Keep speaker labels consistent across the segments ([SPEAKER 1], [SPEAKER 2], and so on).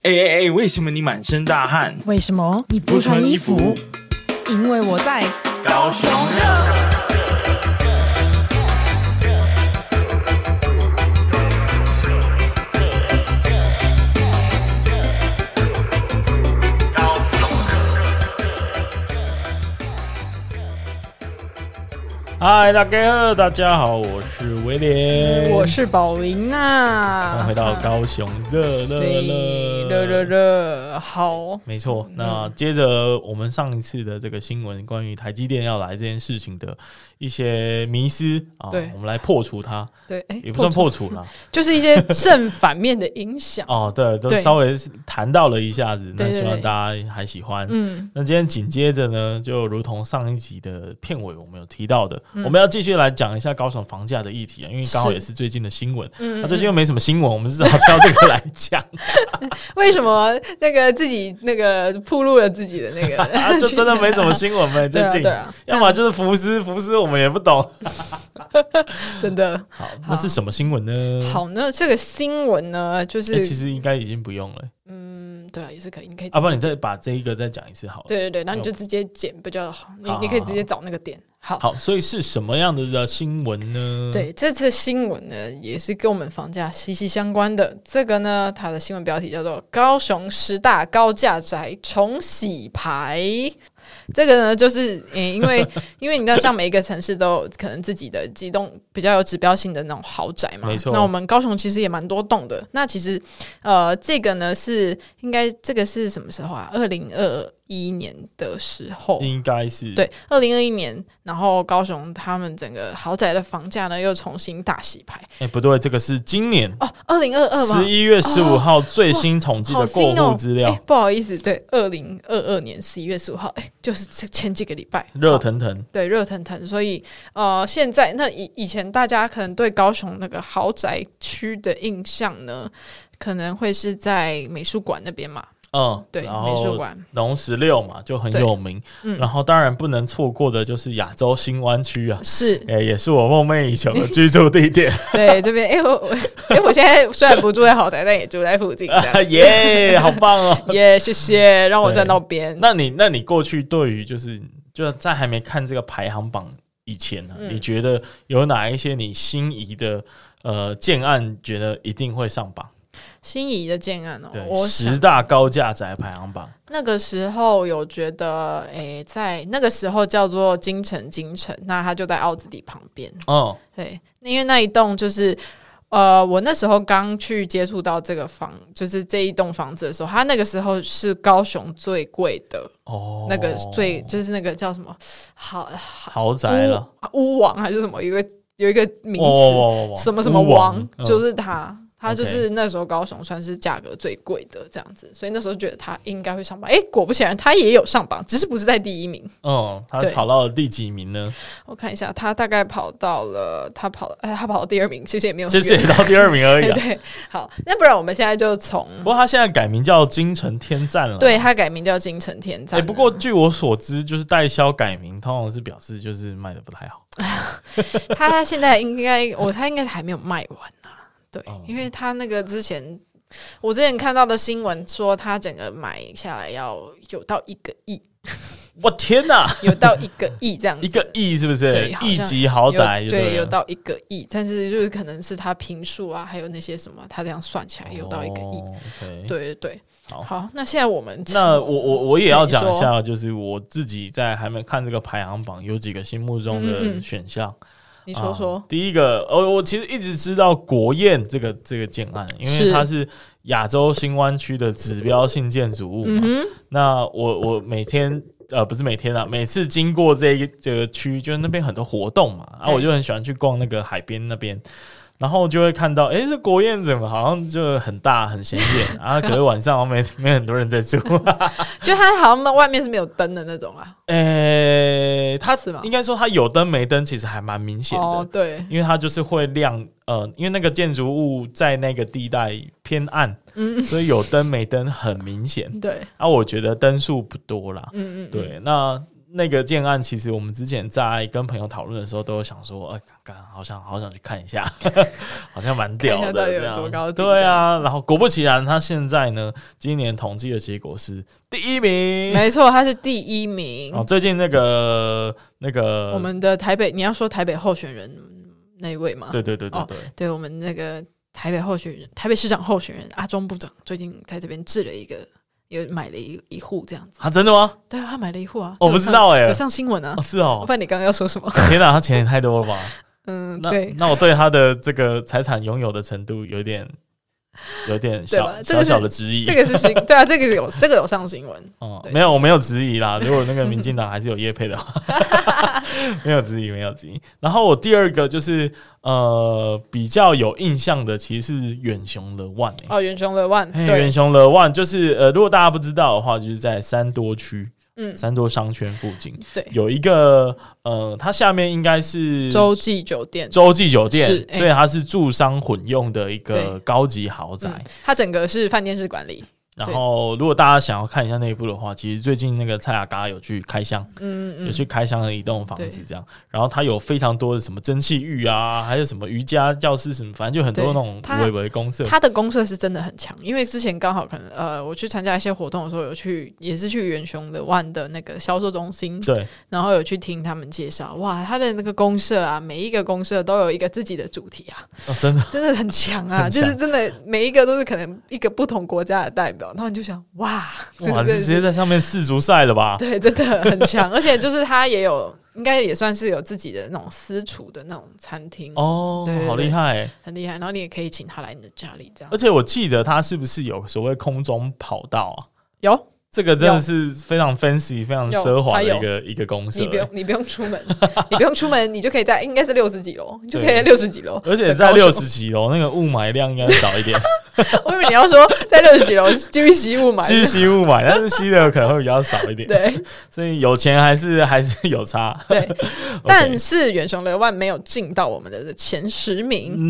[SPEAKER 1] 哎哎哎，为什么你满身大汗？
[SPEAKER 2] 为什么你不穿衣服？因为我在。
[SPEAKER 1] 高雄嗨，大家好，大家好，我是威廉，
[SPEAKER 2] 我是宝
[SPEAKER 1] 欢
[SPEAKER 2] 琳娜。
[SPEAKER 1] 迎回到高雄热热
[SPEAKER 2] 啊对
[SPEAKER 1] 热
[SPEAKER 2] 热热。热，好，
[SPEAKER 1] 没错，
[SPEAKER 2] 嗯
[SPEAKER 1] 那接着我们上一次的这个新闻，关于台积电要来这件事情的一些迷思啊，
[SPEAKER 2] 对
[SPEAKER 1] 我们来破除 它，
[SPEAKER 2] 对，哎
[SPEAKER 1] 也不算，破除啦，。
[SPEAKER 2] 就是一些正反面的影响
[SPEAKER 1] 哦，对，都
[SPEAKER 2] 对
[SPEAKER 1] 稍微谈到了一下子，那
[SPEAKER 2] 对对
[SPEAKER 1] 希望
[SPEAKER 2] 对
[SPEAKER 1] 大家还喜欢。
[SPEAKER 2] 嗯，
[SPEAKER 1] 那今天紧接着呢，就如同上一集的片尾我们有提到的，我们要继续来讲一下高雄房价的议题啊，因为刚好
[SPEAKER 2] 嗯是
[SPEAKER 1] 也是最近的新闻。
[SPEAKER 2] 嗯
[SPEAKER 1] 那、最近又没什么新闻，我们只好挑这个来 讲，
[SPEAKER 2] 为什么那个自己那个铺路了自己的 那个
[SPEAKER 1] 啊，就真的没什么新闻呗，
[SPEAKER 2] 对
[SPEAKER 1] 最
[SPEAKER 2] 啊
[SPEAKER 1] 近。
[SPEAKER 2] 对啊，
[SPEAKER 1] 要么就是福斯，福斯我们也不懂。
[SPEAKER 2] 真的
[SPEAKER 1] 好，那是什么新闻呢？
[SPEAKER 2] 好。那这个新闻呢，就
[SPEAKER 1] 诶，嗯哎其
[SPEAKER 2] 是
[SPEAKER 1] 实应该已经不用了，
[SPEAKER 2] 嗯，对啊，也是可以，你可以
[SPEAKER 1] 要、。不然你再把这一个再讲一次好了。
[SPEAKER 2] 对对对，那你就直接剪比较好，你
[SPEAKER 1] 好
[SPEAKER 2] 你可以直接找那个点。好，
[SPEAKER 1] 好，所以是什么样的的新闻呢？，
[SPEAKER 2] 对，这次新闻呢也是跟我们房价息息相关的。这个呢，它的新闻标题叫做“高雄十大高价宅重洗牌”。这个呢，就是嗯，因为 因为你知道，像每一个城市都有可能自己的几栋比较有指标性的那种豪宅嘛，
[SPEAKER 1] 没错
[SPEAKER 2] 那我们高雄其实也蛮多栋的。那其实呃，这个呢是应该这个是什么时候啊？二零二一年的时候，
[SPEAKER 1] 应该是
[SPEAKER 2] 对，二零二一年，然后高雄他们整个豪宅的房价呢又重新大洗牌
[SPEAKER 1] 哎、不对，这个是今年
[SPEAKER 2] 哦，二零二二
[SPEAKER 1] 十
[SPEAKER 2] 吗？
[SPEAKER 1] 一月十五号最新统计
[SPEAKER 2] 好
[SPEAKER 1] 的过
[SPEAKER 2] 新
[SPEAKER 1] 户
[SPEAKER 2] 哦！
[SPEAKER 1] 资料
[SPEAKER 2] 哎，不好意思，对，二零二二年十一月十五号，哎、就是这前几个礼拜
[SPEAKER 1] 热、
[SPEAKER 2] 好
[SPEAKER 1] 腾腾。
[SPEAKER 2] 对，热腾腾。所以呃，现在那以以前大家可能对高雄那个豪宅区的印象呢，可能会是在美术馆那边嘛，
[SPEAKER 1] 嗯，
[SPEAKER 2] 对，
[SPEAKER 1] 然
[SPEAKER 2] 美术
[SPEAKER 1] 后
[SPEAKER 2] 馆，
[SPEAKER 1] 龙十六嘛就很
[SPEAKER 2] 对
[SPEAKER 1] 有名，
[SPEAKER 2] 嗯
[SPEAKER 1] 然后当然不能错过的就是亚洲新湾区啊，
[SPEAKER 2] 是
[SPEAKER 1] 哎、也是我梦寐以求的居住地 点，
[SPEAKER 2] 对这边。哎、我我，哎、我现在虽然不住在豪宅，但也住在附近，这 样。
[SPEAKER 1] 耶，好棒哦！
[SPEAKER 2] 耶谢谢，让我站到边。
[SPEAKER 1] 那你那你过去对于就是就在还没看这个排行榜以前呢、
[SPEAKER 2] 嗯
[SPEAKER 1] 你觉得有哪一些你心仪的呃建案，觉得一定会上榜？
[SPEAKER 2] 心仪的建案哦，
[SPEAKER 1] 对，
[SPEAKER 2] 我
[SPEAKER 1] 十
[SPEAKER 2] 想
[SPEAKER 1] 大高价宅排行榜，
[SPEAKER 2] 那个时候有觉得，诶、在那个时候叫做金城金城，那它就在奥子底旁边。
[SPEAKER 1] 嗯，
[SPEAKER 2] 对，那因为那一栋就是。呃，我那时候刚去接触到这个房，就是这一栋房子的时候，它那个时候是高雄最贵的、
[SPEAKER 1] 哦，
[SPEAKER 2] 那个最，就是那个叫什么好
[SPEAKER 1] 豪宅了。
[SPEAKER 2] 屋王还是什么，有一个有一个名词，
[SPEAKER 1] 哦，
[SPEAKER 2] 什么什么
[SPEAKER 1] 巫
[SPEAKER 2] 王，
[SPEAKER 1] 嗯
[SPEAKER 2] 就是他，他就是那时候高雄算是价格最贵的这样子，所以那时候觉得他应该会上榜。诶，果不其然，他也有上榜，只是不是在第一名。
[SPEAKER 1] 嗯，他
[SPEAKER 2] 对
[SPEAKER 1] 考到了第几名 呢？
[SPEAKER 2] 我看一下，他大概跑到了，他跑，哎、他跑到第二名，其实也没有很
[SPEAKER 1] 其
[SPEAKER 2] 远。
[SPEAKER 1] 实也到第二名而已、啊。
[SPEAKER 2] 对，好，那不然我们现在就从
[SPEAKER 1] 不过他现在改名叫京城天赞了。
[SPEAKER 2] 对他改名叫金城天
[SPEAKER 1] 哎、
[SPEAKER 2] 才。
[SPEAKER 1] 不过据我所知，就是代销改名通常是表示就是卖的不太好。
[SPEAKER 2] 他现在应该，我猜应该还没有卖完啊。对
[SPEAKER 1] 哦，
[SPEAKER 2] 因为他那个之前，我之前看到的新闻说，他整个买下来要有到一个亿，
[SPEAKER 1] 我天哪，
[SPEAKER 2] 有到一个亿这样子。
[SPEAKER 1] 嗯 一个亿是不是
[SPEAKER 2] 对？好
[SPEAKER 1] 亿
[SPEAKER 2] 像
[SPEAKER 1] 级豪宅
[SPEAKER 2] 有
[SPEAKER 1] 就
[SPEAKER 2] 对，
[SPEAKER 1] 了
[SPEAKER 2] 有到一个亿，但是就是可能是他平数啊，还有那些什么，他这样算起来有到一个亿。
[SPEAKER 1] 哦 OK
[SPEAKER 2] 对对对，
[SPEAKER 1] 好
[SPEAKER 2] 那现在我们
[SPEAKER 1] 那我我我也要讲一
[SPEAKER 2] 你
[SPEAKER 1] 下，就是我自己在还没看这个排行榜，有几个心目中
[SPEAKER 2] 嗯嗯
[SPEAKER 1] 的
[SPEAKER 2] 嗯
[SPEAKER 1] 选项。
[SPEAKER 2] 你说
[SPEAKER 1] 啊
[SPEAKER 2] 说，
[SPEAKER 1] 第一个，哦，我其实一直知道国宴这个这个建案，因为
[SPEAKER 2] 是
[SPEAKER 1] 它是亚洲新湾区的指标性建筑物嘛。
[SPEAKER 2] 嗯
[SPEAKER 1] 那我我每天呃不是每天啊，每次经过这一这个区，就是那边很多活动嘛，啊，
[SPEAKER 2] 对
[SPEAKER 1] 我就很喜欢去逛那个海边那边。然后就会看到，诶，这国宴怎么好像就很大很显 眼啊？可是晚上好像没没很多人在住。
[SPEAKER 2] 哼，就他好像外面是没有灯的那种啊。
[SPEAKER 1] 诶，它
[SPEAKER 2] 是吗
[SPEAKER 1] 应该说它有灯没灯，其实还蛮明显的。
[SPEAKER 2] 哦，对，
[SPEAKER 1] 因为它就是会亮，呃，因为那个建筑物在那个地带偏暗，
[SPEAKER 2] 嗯
[SPEAKER 1] 所以有灯没灯很明显。
[SPEAKER 2] 对，
[SPEAKER 1] 啊，我觉得灯数不多啦。
[SPEAKER 2] 嗯嗯，嗯
[SPEAKER 1] 对，那那个建案，其实我们之前在跟朋友讨论的时候，都有想说，哎、刚好想好想去看一下， 好像蛮屌
[SPEAKER 2] 看一
[SPEAKER 1] 的，
[SPEAKER 2] 下到底有
[SPEAKER 1] 这样
[SPEAKER 2] 多高级
[SPEAKER 1] 对啊，然后果不其然，他现在呢，今年统计的结果是第一名。
[SPEAKER 2] 没错，他是第一名。
[SPEAKER 1] 哦，最近那个那个，
[SPEAKER 2] 我们的台北，你要说台北候选人那一位吗？
[SPEAKER 1] 对对对对
[SPEAKER 2] 哦
[SPEAKER 1] 对，
[SPEAKER 2] 对我们那个台北候选人，台北市长候选人阿中部长最近在这边置了一个，有买了一一户这样子。
[SPEAKER 1] 啊，真的吗？
[SPEAKER 2] 对啊，他买了一户啊，
[SPEAKER 1] 我
[SPEAKER 2] 有
[SPEAKER 1] 不知
[SPEAKER 2] 上
[SPEAKER 1] 道哎
[SPEAKER 2] 有上新闻啊
[SPEAKER 1] 哦，。是哦
[SPEAKER 2] 我，怕你刚刚要说什 么？
[SPEAKER 1] 天哪，他钱也太多了 吧？
[SPEAKER 2] 嗯，
[SPEAKER 1] 那
[SPEAKER 2] 对，
[SPEAKER 1] 那我对他的这个财产拥有的程度有点有点
[SPEAKER 2] 对
[SPEAKER 1] 小
[SPEAKER 2] 吧这
[SPEAKER 1] 小
[SPEAKER 2] 个是
[SPEAKER 1] 小的质疑
[SPEAKER 2] 这。个是 新，对啊，这个有这个有上新闻。
[SPEAKER 1] 哦，
[SPEAKER 2] 对
[SPEAKER 1] 没有，我没有质疑 啦。如果那个民进党还是有叶配的话，没有质疑，没有质疑。然后我第二个就是呃，比较有印象的其实是远雄的万、欸。
[SPEAKER 2] 哦，元雄的万，
[SPEAKER 1] 嘿远
[SPEAKER 2] 对，
[SPEAKER 1] 雄的万就是呃，如果大家不知道的话，就是在三多区、
[SPEAKER 2] 嗯，
[SPEAKER 1] 三多商圈附近
[SPEAKER 2] 对，
[SPEAKER 1] 有一个呃，它下面应该是
[SPEAKER 2] 洲际酒店，
[SPEAKER 1] 洲际酒店
[SPEAKER 2] 是，哎
[SPEAKER 1] 所以它是住商混用的一个
[SPEAKER 2] 对
[SPEAKER 1] 高级豪宅。
[SPEAKER 2] 嗯，它整个是饭店式管理，
[SPEAKER 1] 然后，如果大家想要看一下那一部的话，其实最近那个蔡雅嘎有去开箱，
[SPEAKER 2] 嗯嗯
[SPEAKER 1] 有
[SPEAKER 2] 嗯，
[SPEAKER 1] 去开箱了一栋房子这样。然后它有非常多的什么蒸汽浴啊，还有什么瑜伽教室什么，反正就很多那
[SPEAKER 2] 对
[SPEAKER 1] 种
[SPEAKER 2] 它
[SPEAKER 1] 微微公社。
[SPEAKER 2] 它的公社是真的很强，因为之前刚好可能呃，我去参加一些活动的时候，有去也是去元雄的万的那个销售中心，
[SPEAKER 1] 对，
[SPEAKER 2] 然后有去听他们介绍，哇，它的那个公社啊，每一个公社都有一个自己的主题啊，
[SPEAKER 1] 哦真的，
[SPEAKER 2] 真的很强啊，
[SPEAKER 1] 很
[SPEAKER 2] 就
[SPEAKER 1] 强
[SPEAKER 2] 是真的每一个都是可能一个不同国家的代表，然后你就想哇，这
[SPEAKER 1] 哇，
[SPEAKER 2] 个真
[SPEAKER 1] 这
[SPEAKER 2] 的
[SPEAKER 1] 直
[SPEAKER 2] 是
[SPEAKER 1] 接在上面世足赛了吧？
[SPEAKER 2] 对，真的很强，而且就是它也有应该也算是有自己的那种私厨的那种餐厅，
[SPEAKER 1] 哦
[SPEAKER 2] 对对，对
[SPEAKER 1] 好厉害！
[SPEAKER 2] 很厉害，然后你也可以请他来你的家里这样
[SPEAKER 1] 而，且我记得它是不是有所谓空中跑道啊？
[SPEAKER 2] 有。
[SPEAKER 1] 这个真的
[SPEAKER 2] 有
[SPEAKER 1] 是非常 fancy、非常
[SPEAKER 2] 有
[SPEAKER 1] 奢华
[SPEAKER 2] 它
[SPEAKER 1] 的
[SPEAKER 2] 有
[SPEAKER 1] 一个一个公社。
[SPEAKER 2] 你不
[SPEAKER 1] 欸
[SPEAKER 2] 用，你不用出门，你不用出门，你就可以在应该是六十几楼，你就可以
[SPEAKER 1] 对
[SPEAKER 2] 在六十几楼。
[SPEAKER 1] 而且在六十，几楼，那个雾霾量应该少一点，
[SPEAKER 2] 我以为你要说在六十几楼继续吸雾霾。
[SPEAKER 1] 继续吸雾霾，但是吸的可能会比较少一点。
[SPEAKER 2] 对
[SPEAKER 1] 所以有钱还是还是有 差。
[SPEAKER 2] 对，
[SPEAKER 1] OK
[SPEAKER 2] 但是远雄雷万没有进到我们的前十
[SPEAKER 1] 嗯
[SPEAKER 2] 名，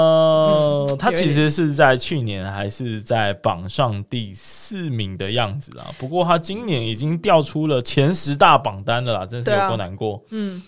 [SPEAKER 1] 那
[SPEAKER 2] 嗯
[SPEAKER 1] 他
[SPEAKER 2] 有一
[SPEAKER 1] 其实是在去年还是在榜上第四名的样子啊，不过他今年已经调出了前十大榜单了啦，真是
[SPEAKER 2] 对
[SPEAKER 1] 有
[SPEAKER 2] 啊
[SPEAKER 1] 多难过。
[SPEAKER 2] 嗯。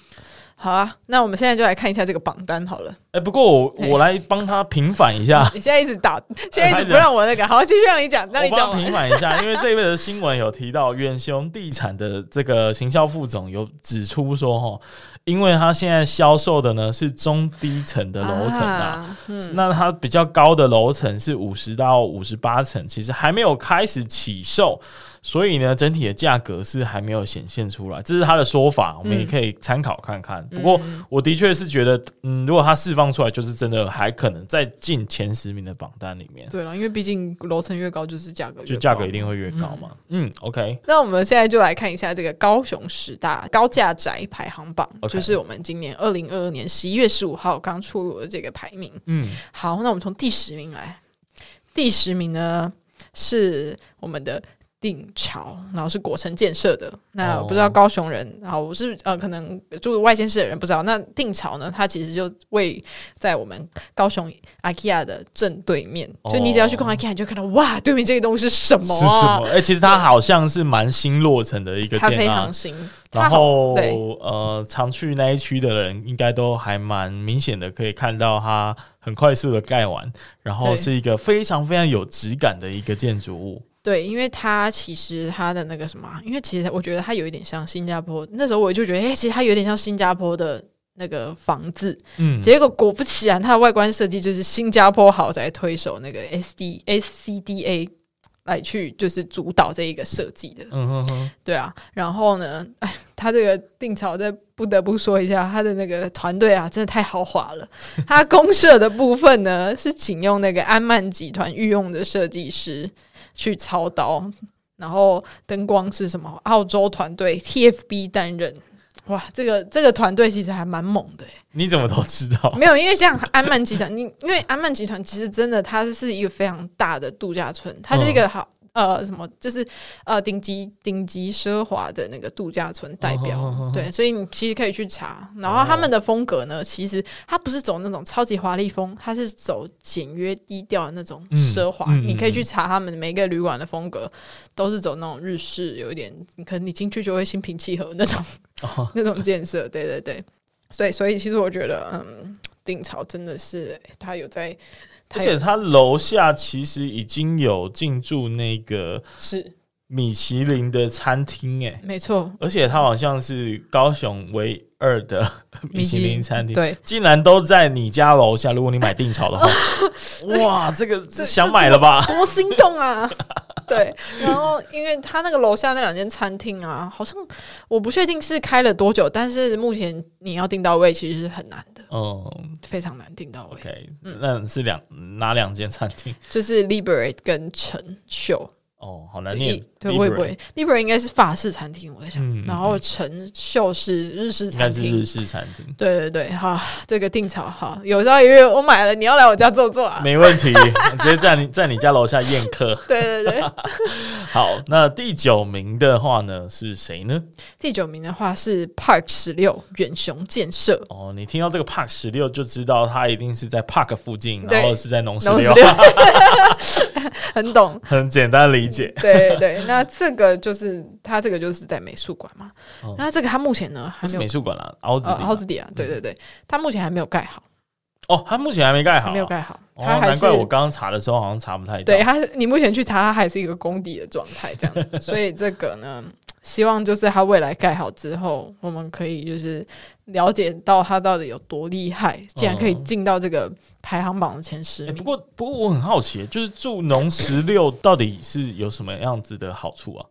[SPEAKER 2] 好啊，那我们现在就来看一下这个榜单好了。
[SPEAKER 1] 哎、不过我
[SPEAKER 2] 嘿
[SPEAKER 1] 我来帮他平反一下，
[SPEAKER 2] 你现在一直 打，现在一
[SPEAKER 1] 开
[SPEAKER 2] 直
[SPEAKER 1] 始
[SPEAKER 2] 不让我那个，好，继续让你讲，让
[SPEAKER 1] 我
[SPEAKER 2] 你讲
[SPEAKER 1] 帮
[SPEAKER 2] 完
[SPEAKER 1] 他。平反一下，因为这一位的新闻有提到，远雄地产的这个行销副总有指出说，哈，因为他现在销售的呢是中低层的楼层啊。
[SPEAKER 2] 啊，嗯，
[SPEAKER 1] 那它比较高的楼层是五十到五十八层，其实还没有开始起售，所以呢，整体的价格是还没有显现出来，这是他的说法，我们也可以参考看看。
[SPEAKER 2] 嗯
[SPEAKER 1] 不过，我的确是觉得，嗯，如果它释放出来，就是真的还可能再进前十名的榜单里面，
[SPEAKER 2] 对了，因为毕竟楼层越高，就是价格越
[SPEAKER 1] 就价格
[SPEAKER 2] 高
[SPEAKER 1] 一定会越高嘛。嗯 o k
[SPEAKER 2] 那我们现在就来看一下这个高雄十大高价宅排行榜
[SPEAKER 1] OK
[SPEAKER 2] 就是我们今年二零二二年十一月十五号刚出炉的这个排名。
[SPEAKER 1] 嗯，
[SPEAKER 2] 好，那我们从第十名来，第十名呢是我们的。定朝，然后是果城建设的。那
[SPEAKER 1] 哦
[SPEAKER 2] 我不知道高雄人，好，我是呃，可能住外县市的人不知道。那定朝呢，它其实就位在我们高雄 IKEA 的正对面，就你只要去逛
[SPEAKER 1] 哦
[SPEAKER 2] IKEA，你就看到哇，对面这个东西是什么
[SPEAKER 1] 是
[SPEAKER 2] 啊？
[SPEAKER 1] 什么？哎、其实它好像是蛮新落成的一个
[SPEAKER 2] 它非
[SPEAKER 1] 建
[SPEAKER 2] 常
[SPEAKER 1] 案。
[SPEAKER 2] 新，它
[SPEAKER 1] 然
[SPEAKER 2] 好
[SPEAKER 1] 后
[SPEAKER 2] 对
[SPEAKER 1] 呃，常去那一区的人，应该都还蛮明显的，可以看到它很快速的盖完，然后
[SPEAKER 2] 对
[SPEAKER 1] 是一个非常非常有质感的一个建筑物。
[SPEAKER 2] 对，因为它其实它的那个什么啊，因为其实我觉得它有一点像新加坡。那时候我就觉得，哎、其实它有点像新加坡的那个房子。
[SPEAKER 1] 嗯，
[SPEAKER 2] 结果果不其然，它的外观设计就是新加坡豪宅推手那个 S D S C D A 来去就是主导这一个设计的。
[SPEAKER 1] 嗯哼哼，
[SPEAKER 2] 对啊，然后呢，哎，他这个定朝在不得不说一下，他的那个团队啊，真的太豪华了。他公社的部分呢，是请用那个安曼集团御用的设计师去操刀，然后灯光是什么澳洲团队 TFB 担任。哇，这个这个团队其实还蛮猛的、欸，
[SPEAKER 1] 你怎么都知道？
[SPEAKER 2] 没有，因为像安曼集团，你因为安曼集团其实真的它是一个非常大的度假村，它是一个好、呃什么，就是呃顶级顶级奢华的那个度假村代表。
[SPEAKER 1] 哦哦哦哦
[SPEAKER 2] 对，所以你其实可以去查。然后他们的风格呢，其实它不是走那种超级华丽风，它是走简约低调的那种
[SPEAKER 1] 嗯
[SPEAKER 2] 奢华。
[SPEAKER 1] 嗯
[SPEAKER 2] 你可以
[SPEAKER 1] 嗯
[SPEAKER 2] 去查他们每个旅馆的风格，都是走那种日式，有一点你可能你进去就会心平气和那种、
[SPEAKER 1] 哦
[SPEAKER 2] 那种建设。对对对，所以所以其实我觉得，嗯，定朝真的是他有在，
[SPEAKER 1] 而
[SPEAKER 2] 他
[SPEAKER 1] 且
[SPEAKER 2] 有
[SPEAKER 1] 它楼下其实已经有进驻那个
[SPEAKER 2] 是
[SPEAKER 1] 米其林的餐厅，哎，
[SPEAKER 2] 没错，
[SPEAKER 1] 而且它好像是高雄唯二 的米其林餐厅。
[SPEAKER 2] 对。
[SPEAKER 1] 竟然都在你家楼下，如果你买定炒 的话，哇，这个
[SPEAKER 2] 这
[SPEAKER 1] 想买了吧？
[SPEAKER 2] 多心动啊！ 对，然后因为他那个楼下那两间餐厅啊，好像我不确定是开了多久，但是目前你要订到位其实是很难的，
[SPEAKER 1] 嗯
[SPEAKER 2] 非常难订到位。
[SPEAKER 1] ，OK，
[SPEAKER 2] 嗯
[SPEAKER 1] 那是两哪两间餐厅？
[SPEAKER 2] 就是 Liberate 跟陈秀，
[SPEAKER 1] 哦，好难
[SPEAKER 2] 对
[SPEAKER 1] 念
[SPEAKER 2] 一，对，会不
[SPEAKER 1] Libre
[SPEAKER 2] 会 Liberate 应该是法式餐厅，我在想，
[SPEAKER 1] 嗯嗯
[SPEAKER 2] 然后陈秀是日式
[SPEAKER 1] 应该
[SPEAKER 2] 餐
[SPEAKER 1] 是
[SPEAKER 2] 厅
[SPEAKER 1] 日。式餐厅，
[SPEAKER 2] 对对对，好，这个定潮好，有朝一日我买了，你要来我家坐坐啊！
[SPEAKER 1] 没问 题，直接在你在你家楼下宴客。
[SPEAKER 2] 对对对，
[SPEAKER 1] 好，那第九名的话呢是谁呢？
[SPEAKER 2] 第九名的话是 Park 十六远雄建设，
[SPEAKER 1] 哦，你听到这个 Park 十六就知道它一定是在 Park 附近，
[SPEAKER 2] 对
[SPEAKER 1] 然后是在农十
[SPEAKER 2] 然后
[SPEAKER 1] 六
[SPEAKER 2] 十，六 很懂。
[SPEAKER 1] 很简单理解。
[SPEAKER 2] 对对 对，那这个就是他这个就是在美术馆嘛。
[SPEAKER 1] 哦
[SPEAKER 2] 那这个他目前呢还
[SPEAKER 1] 它
[SPEAKER 2] 没
[SPEAKER 1] 是
[SPEAKER 2] 有
[SPEAKER 1] 美术馆啦，凹子
[SPEAKER 2] 呃
[SPEAKER 1] 里
[SPEAKER 2] 奥斯底啊，对对对，他目前还没有盖好，
[SPEAKER 1] 哦，它目前还没盖好
[SPEAKER 2] 还
[SPEAKER 1] 啊，
[SPEAKER 2] 没有盖好，
[SPEAKER 1] 哦，
[SPEAKER 2] 他还
[SPEAKER 1] 难
[SPEAKER 2] 是
[SPEAKER 1] 怪我刚刚查的时候好像查不太到。
[SPEAKER 2] 对他，你目前去查，他还是一个工地的状态这样 子，所以这个呢。希望就是他未来盖好之后，我们可以就是了解到他到底有多厉害，竟然可以
[SPEAKER 1] 嗯
[SPEAKER 2] 进到这个排行榜的前十
[SPEAKER 1] 欸
[SPEAKER 2] 名。
[SPEAKER 1] 不过不过我很好奇，就是住农十六到底是有什么样子的好处啊？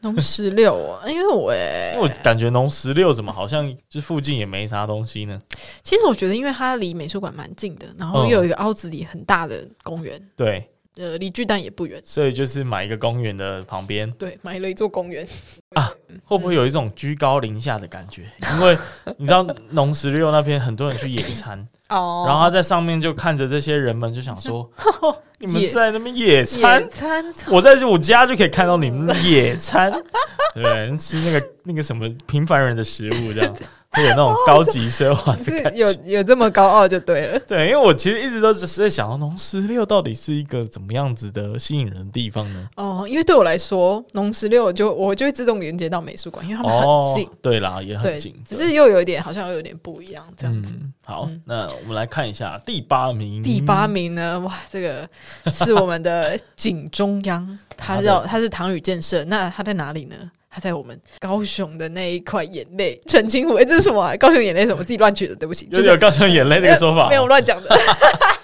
[SPEAKER 2] 农十六哦，因为我诶
[SPEAKER 1] 因为我感觉农十六怎么好像就附近也没啥东西呢？
[SPEAKER 2] 其实我觉得，因为它离美术馆蛮近的，然后
[SPEAKER 1] 嗯
[SPEAKER 2] 又有一个凹子里很大的公园，
[SPEAKER 1] 对，
[SPEAKER 2] 呃，离巨蛋也不远。
[SPEAKER 1] 所以就是买一个公园的旁边，
[SPEAKER 2] 对，买了一座公园。嗯
[SPEAKER 1] 会不会有一种居高临下的感觉？因为你知道农十六那边很多人去野餐，
[SPEAKER 2] 哦
[SPEAKER 1] 然后他在上面就看着这些人们，就想说：“ 你们
[SPEAKER 2] 野
[SPEAKER 1] 在那边野餐
[SPEAKER 2] 野，餐草
[SPEAKER 1] 我在我家就可以看到你们野餐， 对不对？吃那个那个什么平凡人的食物，这样会有那种高级奢华的
[SPEAKER 2] 是
[SPEAKER 1] 感
[SPEAKER 2] 有
[SPEAKER 1] 觉。
[SPEAKER 2] 有这么高傲就对了。
[SPEAKER 1] 对，因为我其实一直都只是在想，农十六到底是一个怎么样子的吸引人的地方呢？
[SPEAKER 2] 哦，因为对我来说，农十六就我就会自动连接到美术馆，因为他们很近。，
[SPEAKER 1] 哦对啦，也很
[SPEAKER 2] 对
[SPEAKER 1] 近，，
[SPEAKER 2] 只是又有一点好像又有点不一样这样子。
[SPEAKER 1] 嗯，好
[SPEAKER 2] 嗯，
[SPEAKER 1] 那我们来看一下第八名，
[SPEAKER 2] 第八名呢？
[SPEAKER 1] 嗯
[SPEAKER 2] 哇，这个是我们的井中 央，他叫他是唐宇建设，那他在哪里呢？他在我们高雄的那一块眼泪澄清湖，诶这是什么、啊？高雄眼泪是什么？我自己乱取的，对不起，就
[SPEAKER 1] 就是
[SPEAKER 2] 是
[SPEAKER 1] 有高雄眼泪这个说法
[SPEAKER 2] 没，有乱讲的。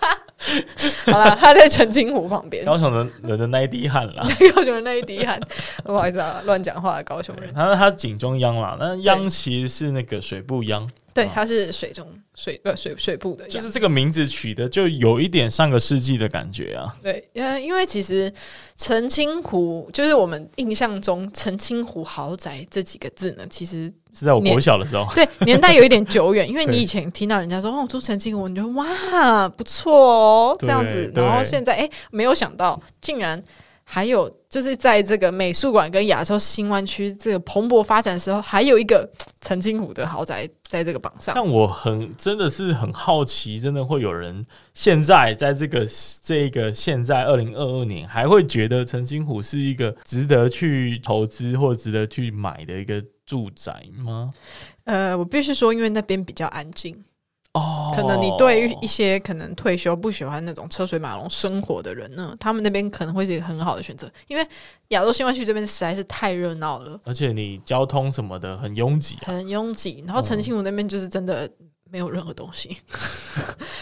[SPEAKER 2] 好了，他在澄清湖旁边，
[SPEAKER 1] 高雄人人的那一滴汗啦。
[SPEAKER 2] 高雄的那一滴汗，不好意思啊，乱讲话的高雄人。
[SPEAKER 1] 他他井中央啦，那央其实是那个水部央，
[SPEAKER 2] 对，
[SPEAKER 1] 啊
[SPEAKER 2] 他是水中水呃水水部的样子，
[SPEAKER 1] 就是这个名字取的就有一点上个世纪的感觉啊。
[SPEAKER 2] 对，呃，因为其实澄清湖就是我们印象中澄清湖豪宅这几个字呢，其实
[SPEAKER 1] 是在我
[SPEAKER 2] 年
[SPEAKER 1] 国小的时候，
[SPEAKER 2] 对年代有一点久远，因为你
[SPEAKER 1] 对
[SPEAKER 2] 以前听到人家说哦住澄清湖，你就哇不错哦这
[SPEAKER 1] 对
[SPEAKER 2] 样子，
[SPEAKER 1] 对
[SPEAKER 2] 然后现在哎没有想到竟然。还有就是在这个美术馆跟亚洲新湾区这个蓬勃发展的时候，还有一个澄清湖的豪宅在这个榜上。
[SPEAKER 1] 但我很真的是很好奇，真的会有人现在在这个这个现在二零二二年还会觉得澄清湖是一个值得去投资或值得去买的一个住宅吗？
[SPEAKER 2] 呃，我必须说，因为那边比较安静，
[SPEAKER 1] 哦，
[SPEAKER 2] 可能你对于一些可能退休不喜欢那种车水马龙生活的人呢，他们那边可能会是一个很好的选择，因为亚洲新湾区这边实在是太热闹了，
[SPEAKER 1] 而且你交通什么的很拥挤、啊，
[SPEAKER 2] 很拥挤，然后澄清湖那边就是真的没有任何东西，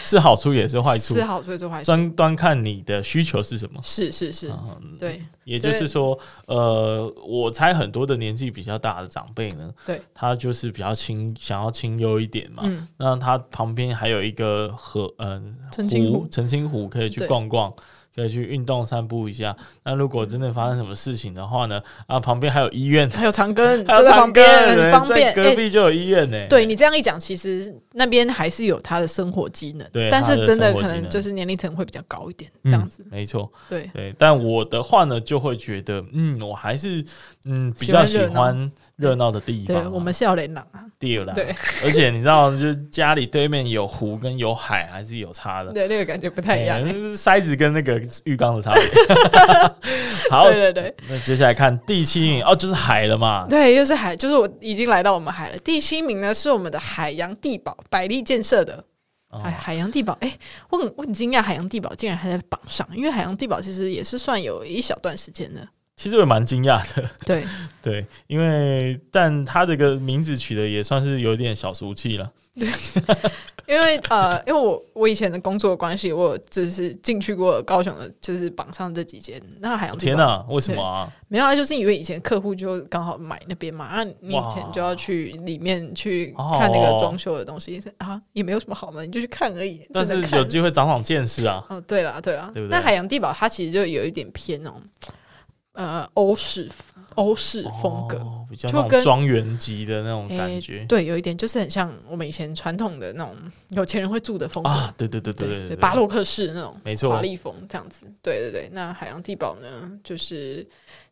[SPEAKER 1] 是好处也是坏处
[SPEAKER 2] 是，好处也是坏处，
[SPEAKER 1] 端端看你的需求是什么。
[SPEAKER 2] 是是是，
[SPEAKER 1] 嗯，
[SPEAKER 2] 对
[SPEAKER 1] 也就是说，呃，我猜很多的年纪比较大的长辈呢，
[SPEAKER 2] 对，
[SPEAKER 1] 他就是比较清，想要清幽一点嘛。
[SPEAKER 2] 嗯，
[SPEAKER 1] 那他旁边还有一个河，嗯、
[SPEAKER 2] 澄清湖
[SPEAKER 1] 澄清湖可以去
[SPEAKER 2] 对
[SPEAKER 1] 逛逛，可以去运动散步一下。那如果真的发生什么事情的话呢，啊，旁边还有医院，
[SPEAKER 2] 还有 长庚
[SPEAKER 1] 还有
[SPEAKER 2] 就在旁边，
[SPEAKER 1] 长庚
[SPEAKER 2] 很方
[SPEAKER 1] 在
[SPEAKER 2] 便。
[SPEAKER 1] 隔
[SPEAKER 2] 哎，
[SPEAKER 1] 壁就有医院呢、
[SPEAKER 2] 对你这样一讲，其实那边还是有他的生活机能，
[SPEAKER 1] 对
[SPEAKER 2] 但是真
[SPEAKER 1] 他的
[SPEAKER 2] 的
[SPEAKER 1] 生活
[SPEAKER 2] 可
[SPEAKER 1] 机
[SPEAKER 2] 能
[SPEAKER 1] 能
[SPEAKER 2] 就是年龄层会比较高一点，
[SPEAKER 1] 嗯，
[SPEAKER 2] 这样子。
[SPEAKER 1] 没错。
[SPEAKER 2] 对，
[SPEAKER 1] 对，但我的话呢，就会觉得，嗯，我还是嗯比
[SPEAKER 2] 喜
[SPEAKER 1] 较
[SPEAKER 2] 欢
[SPEAKER 1] 喜
[SPEAKER 2] 热闹
[SPEAKER 1] 欢热闹的地方啊、
[SPEAKER 2] 对我们是要连朗啊，
[SPEAKER 1] 第二啦，
[SPEAKER 2] 对，
[SPEAKER 1] 而且你知道，就是家里对面有湖跟有海还是有差的，
[SPEAKER 2] 对那个感觉不太一样
[SPEAKER 1] 哎。 就是塞子跟那个浴缸的差别。 好，
[SPEAKER 2] 对对对
[SPEAKER 1] 那接下来看第七名哦，就是海了嘛，
[SPEAKER 2] 对，又是海，就是我已经来到我们海了。第七名呢是我们的海洋地堡百利建设的。
[SPEAKER 1] 哦
[SPEAKER 2] 哎，海洋地堡，哎、我很我很惊讶，海洋地堡竟然还在榜上，因为海洋地堡其实也是算有一小段时 间的。
[SPEAKER 1] 其实我也蛮惊讶的，
[SPEAKER 2] 对，
[SPEAKER 1] 对，因为但他这个名字取的也算是有点小俗气了，
[SPEAKER 2] 因为呃，因为我我以前的工作的关系，我就是进去过高雄的，就是榜上这几间。那海洋地
[SPEAKER 1] 天
[SPEAKER 2] 堡
[SPEAKER 1] 哪、为什么啊？
[SPEAKER 2] 没有啊，就是因为以前客户就刚好买那边嘛，啊，你
[SPEAKER 1] 哇
[SPEAKER 2] 以前就要去里面去
[SPEAKER 1] 好好
[SPEAKER 2] 看那
[SPEAKER 1] 哦
[SPEAKER 2] 个装修的东西、啊，也没有什么好嘛，你就去看而已，
[SPEAKER 1] 但
[SPEAKER 2] 只
[SPEAKER 1] 是
[SPEAKER 2] 能看
[SPEAKER 1] 有机会长长见识啊，
[SPEAKER 2] 哦，对啦，对啦，
[SPEAKER 1] 对不对
[SPEAKER 2] 那海洋地堡它其实就有一点偏那种呃欧式欧式风格，
[SPEAKER 1] 哦、比较
[SPEAKER 2] 就
[SPEAKER 1] 那种
[SPEAKER 2] 跟
[SPEAKER 1] 庄园级的那种
[SPEAKER 2] 诶
[SPEAKER 1] 感觉、
[SPEAKER 2] 对，有一点就是很像我们以前传统的那种有钱人会住的风格，
[SPEAKER 1] 啊，对对对对对
[SPEAKER 2] 对，巴洛克式那种
[SPEAKER 1] 没错
[SPEAKER 2] 华，丽风这样子。对对对，那海洋地堡呢，就是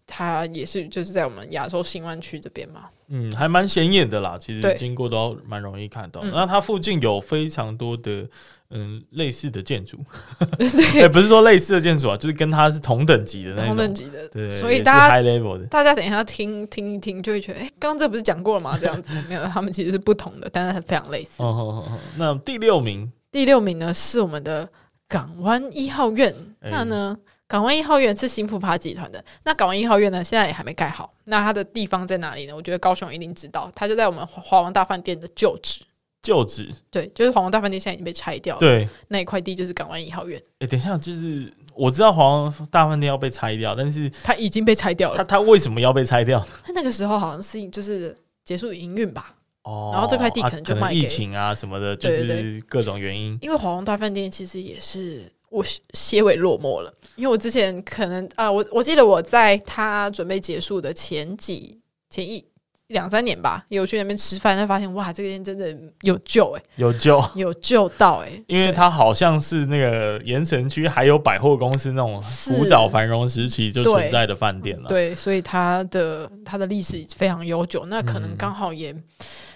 [SPEAKER 2] 它也是就是在我们亚洲新湾区这边嘛，
[SPEAKER 1] 嗯，还蛮显眼的啦。其实
[SPEAKER 2] 对
[SPEAKER 1] 经过都蛮容易看到。
[SPEAKER 2] 嗯
[SPEAKER 1] 那它附近有非常多的嗯类似的建筑，
[SPEAKER 2] 对，
[SPEAKER 1] 也不是说类似的建筑啊，就是跟它是同等级的那
[SPEAKER 2] 同
[SPEAKER 1] 种，
[SPEAKER 2] 等级的，
[SPEAKER 1] 对，
[SPEAKER 2] 所
[SPEAKER 1] 也
[SPEAKER 2] 以
[SPEAKER 1] 是
[SPEAKER 2] 大家
[SPEAKER 1] high level 的。
[SPEAKER 2] 大家等一下听听一听，就会觉得，哎、刚刚这不是讲过了吗？这样子 没有，他们其实是不同的，但是非常类似。
[SPEAKER 1] 哦哦哦哦，那第六名，
[SPEAKER 2] 第六名呢是我们的港湾一号院，
[SPEAKER 1] 哎
[SPEAKER 2] 那呢？港湾一号院是新复发集团的，那港湾一号院呢，现在也还没盖好。那它的地方在哪里呢？我觉得高雄一定知道，它就在我们华华王大饭店的旧址。
[SPEAKER 1] 旧址，
[SPEAKER 2] 对，就是华王大饭店现在已经被拆掉了，
[SPEAKER 1] 对，
[SPEAKER 2] 那一块地就是港湾一号院，
[SPEAKER 1] 哎，等一下，就是我知道黄大饭店要被拆掉，但是
[SPEAKER 2] 它已经被拆掉
[SPEAKER 1] 它
[SPEAKER 2] 了。
[SPEAKER 1] 它为什么要被拆掉呢？
[SPEAKER 2] 它那个时候好像是就是结束营运吧，
[SPEAKER 1] 哦，
[SPEAKER 2] 然后这块地
[SPEAKER 1] 啊
[SPEAKER 2] 可能就卖给
[SPEAKER 1] 疫情啊什么的，就
[SPEAKER 2] 对对
[SPEAKER 1] 是各种原因。
[SPEAKER 2] 因为华王大饭店其实也是我些微落寞了，因为我之前可能啊、我我记得我在他准备结束的前几前一两三年吧，有去那边吃饭，才发现哇，这个店真的有救哎、
[SPEAKER 1] 有救，
[SPEAKER 2] 有救到哎、
[SPEAKER 1] 因为
[SPEAKER 2] 对
[SPEAKER 1] 它好像是那个盐城区还有百货公司那种
[SPEAKER 2] 是
[SPEAKER 1] 古早繁荣时期就
[SPEAKER 2] 对
[SPEAKER 1] 存在的饭店了。
[SPEAKER 2] 对，所以它的它的历史非常悠久，那可
[SPEAKER 1] 嗯
[SPEAKER 2] 能刚好也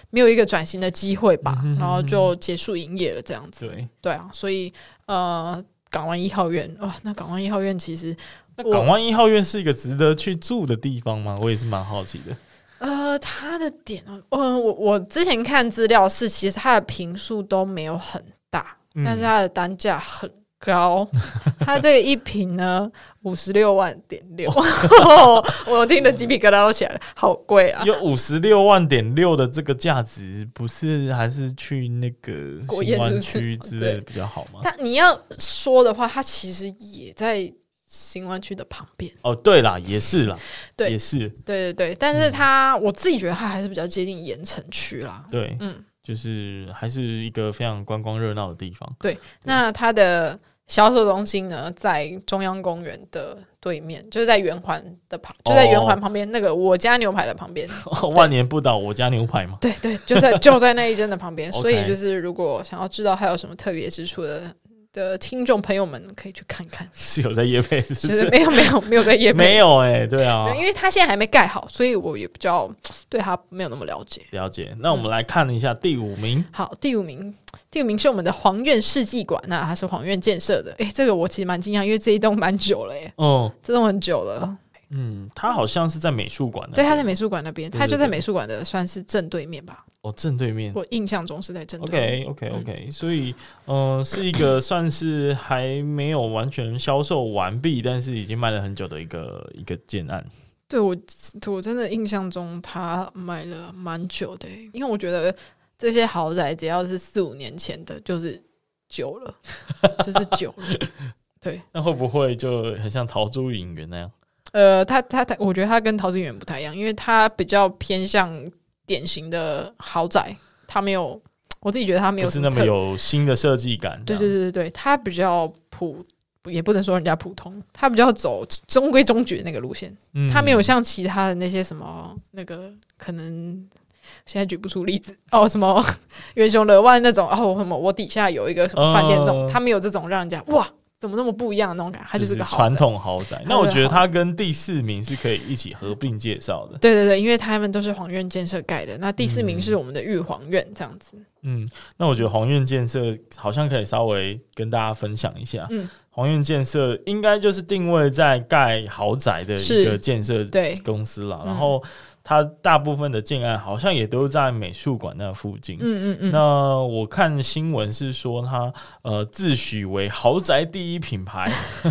[SPEAKER 2] 没有一个转型的机会吧，
[SPEAKER 1] 嗯哼
[SPEAKER 2] 然后就结束营业了这样子。
[SPEAKER 1] 对，
[SPEAKER 2] 对啊，所以呃，港湾一号院哇，那港湾一号院其实
[SPEAKER 1] 那
[SPEAKER 2] 我
[SPEAKER 1] 港湾一号院是一个值得去住的地方吗？我也是蛮好奇的。
[SPEAKER 2] 呃，它的点啊，呃，我我之前看资料是，其实它的平数都没有很大，
[SPEAKER 1] 嗯
[SPEAKER 2] 但是它的单价很高， 它这一瓶呢五十六万点 六，我听得鸡皮疙瘩都起来了，好贵啊！
[SPEAKER 1] 有五十六万点六的这个价值，不是还是去那个
[SPEAKER 2] 国
[SPEAKER 1] 新
[SPEAKER 2] 宴是哦
[SPEAKER 1] 湾
[SPEAKER 2] 不是
[SPEAKER 1] 区之类的比较好吗？
[SPEAKER 2] 但你要说的话，它其实也在新湾区的旁边，
[SPEAKER 1] 哦，对啦，也是啦，
[SPEAKER 2] 对
[SPEAKER 1] 也是
[SPEAKER 2] 对对对，但
[SPEAKER 1] 嗯
[SPEAKER 2] 是它、我自己觉得它还是比较接近盐城区啦，
[SPEAKER 1] 对，
[SPEAKER 2] 嗯。
[SPEAKER 1] 就是还是一个非常观光热闹的地方。
[SPEAKER 2] 那它的销售中心呢，在中央公园的对面，就是在圆环的旁，
[SPEAKER 1] 哦
[SPEAKER 2] 就在圆环旁边、那个我家牛排的 旁边。
[SPEAKER 1] 万年不倒我家牛排嘛，
[SPEAKER 2] 对对，就在就在那一间的旁边。
[SPEAKER 1] OK
[SPEAKER 2] 所以就是如果想要知道它有什么特别之处的的听众朋友们，可以去看 看。
[SPEAKER 1] 是有在夜配，是
[SPEAKER 2] 其
[SPEAKER 1] 不
[SPEAKER 2] 实
[SPEAKER 1] 是？
[SPEAKER 2] 没有没有没有在夜
[SPEAKER 1] 没
[SPEAKER 2] 配。
[SPEAKER 1] 有哎、对啊，
[SPEAKER 2] 对因为它现在还没盖好，所以我也比较对它没有那么了解。
[SPEAKER 1] 了解，那我
[SPEAKER 2] 嗯
[SPEAKER 1] 们来看一下第五名，
[SPEAKER 2] 好，第五名，第五名是我们的黄苑世纪馆，那它是黄苑建设的。诶，这个我其实蛮惊讶，因为这一栋蛮久了耶，
[SPEAKER 1] 哦，
[SPEAKER 2] 这栋很久了。
[SPEAKER 1] 嗯，他好像是在美术馆的，
[SPEAKER 2] 对，他在美术馆那边，
[SPEAKER 1] 对
[SPEAKER 2] 他
[SPEAKER 1] 对
[SPEAKER 2] 就在
[SPEAKER 1] 对
[SPEAKER 2] 美术馆的算是正对面吧。
[SPEAKER 1] 哦正对面
[SPEAKER 2] 我印象中是在正对面。
[SPEAKER 1] ，OK OK OK，所以嗯、呃是一个算是还没有完全销售完毕，但是已经卖了很久的一个一个建案，
[SPEAKER 2] 对我，我真的印象中他买了蛮久的欸、因为我觉得这些豪宅只要是四五年前的，就是久了，就是久了。 对，
[SPEAKER 1] 那会不会就很像逃出影园那样？
[SPEAKER 2] 呃，他他他，我觉得他跟陶志远不太一样，因为他比较偏向典型的豪宅，他没有，我自己觉得他没有
[SPEAKER 1] 不是
[SPEAKER 2] 什么
[SPEAKER 1] 那么
[SPEAKER 2] 特
[SPEAKER 1] 有新的设计感，
[SPEAKER 2] 对
[SPEAKER 1] 这
[SPEAKER 2] 对
[SPEAKER 1] 样，
[SPEAKER 2] 对对对，它比较普，也不能说人家普通，他比较走中规中矩的那个路线，
[SPEAKER 1] 嗯
[SPEAKER 2] 他没有像其他的那些什么那个可能。现在举不出例子哦，什么 元雄乐万那种哦，什么我底下有一个什么饭店这种，
[SPEAKER 1] 嗯
[SPEAKER 2] 他没有这种让人家哇怎么那么不一样的那种感觉，他
[SPEAKER 1] 就
[SPEAKER 2] 就是个豪宅
[SPEAKER 1] 传统豪宅。那我觉得
[SPEAKER 2] 豪宅
[SPEAKER 1] 它跟第四名是可以一起合并介绍的。
[SPEAKER 2] 对对对，因为他们都是皇苑建设盖的，那第四名
[SPEAKER 1] 嗯
[SPEAKER 2] 是我们的玉皇苑这样子。
[SPEAKER 1] 嗯，那我觉得宏愿建设好像可以稍微跟大家分享一下。
[SPEAKER 2] 嗯
[SPEAKER 1] 嗯，宏愿建设应该就是定位在盖豪宅的一
[SPEAKER 2] 是
[SPEAKER 1] 个建设
[SPEAKER 2] 对
[SPEAKER 1] 公司啦，
[SPEAKER 2] 嗯
[SPEAKER 1] 然后它大部分的建案好像也都在美术馆那附近。
[SPEAKER 2] 嗯嗯嗯，
[SPEAKER 1] 那我看新闻是说它呃自诩为豪宅第一品牌，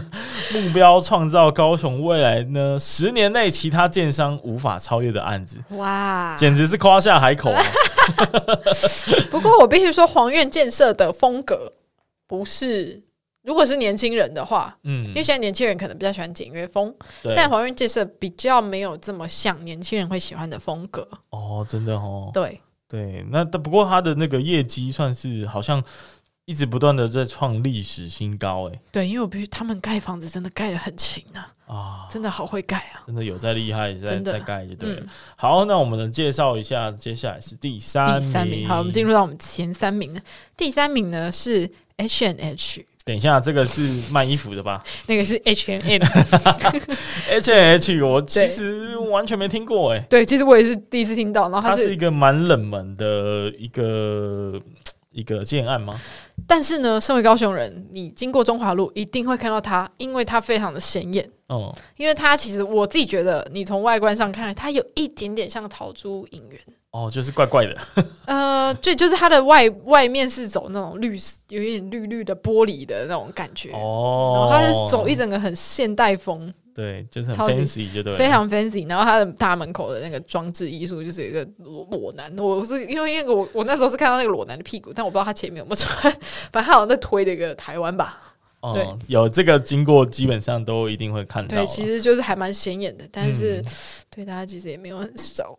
[SPEAKER 1] 目标创造高雄未来呢十年内其他建商无法超越的案子，
[SPEAKER 2] 哇！
[SPEAKER 1] 简直是夸下海口啊！
[SPEAKER 2] 不过我必须说，皇苑建设的风格不是，如果是年轻人的话，
[SPEAKER 1] 嗯，
[SPEAKER 2] 因为现在年轻人可能比较喜欢简约风，
[SPEAKER 1] 对
[SPEAKER 2] 但皇苑建设比较没有这么像年轻人会喜欢的风格。
[SPEAKER 1] 哦，真的哦，
[SPEAKER 2] 对，
[SPEAKER 1] 对，那但不过它的那个业绩算是好像一直不断的在创历史新高，哎
[SPEAKER 2] 对，因为我必须他们盖房子真的盖得很勤啊，
[SPEAKER 1] 啊，
[SPEAKER 2] 真的好会盖啊。
[SPEAKER 1] 真的有在厉害，在
[SPEAKER 2] 真的
[SPEAKER 1] 在盖就对了。
[SPEAKER 2] 嗯，
[SPEAKER 1] 好，那我们来介绍一下，接下来是第三
[SPEAKER 2] 第三名，好，我们进入到我们前三名了。第三名呢是 H and H，
[SPEAKER 1] 等一下，这个是卖衣服的 吧
[SPEAKER 2] 那 个是 H and M。
[SPEAKER 1] ？H H，我其
[SPEAKER 2] 对
[SPEAKER 1] 实完全没听过哎、
[SPEAKER 2] 对，其实我也是第一次听到，然后它
[SPEAKER 1] 它
[SPEAKER 2] 是，
[SPEAKER 1] 是一个蛮冷门的一个一个建案吗？
[SPEAKER 2] 但是呢，身为高雄人，你经过中华路一定会看到它，因为它非常的显眼。
[SPEAKER 1] 哦、
[SPEAKER 2] 因为它其实我自己觉得，你从外观上看，它有一点点像桃珠影园。
[SPEAKER 1] 哦，就是怪怪的，
[SPEAKER 2] 呃，对，就是它的外外面是走那种绿，有一点绿绿的玻璃的那种感觉。然
[SPEAKER 1] 哦
[SPEAKER 2] 后，它是走一整个很现代风，
[SPEAKER 1] 对，就是很
[SPEAKER 2] 超级
[SPEAKER 1] fancy 就对了，
[SPEAKER 2] 非常 fancy。然后它的大门口的那个装置艺术就是有一个裸裸男，我是因为那个我我那时候是看到那个裸男的屁股，但我不知道他前面有没有穿， 反正他好像在推的一个台湾吧，
[SPEAKER 1] 哦
[SPEAKER 2] 对
[SPEAKER 1] 有这个经过，基本上都一定会看到啦。
[SPEAKER 2] 对，其实就是还蛮显眼的，但是、
[SPEAKER 1] 嗯
[SPEAKER 2] 对大家其实也没有很 熟，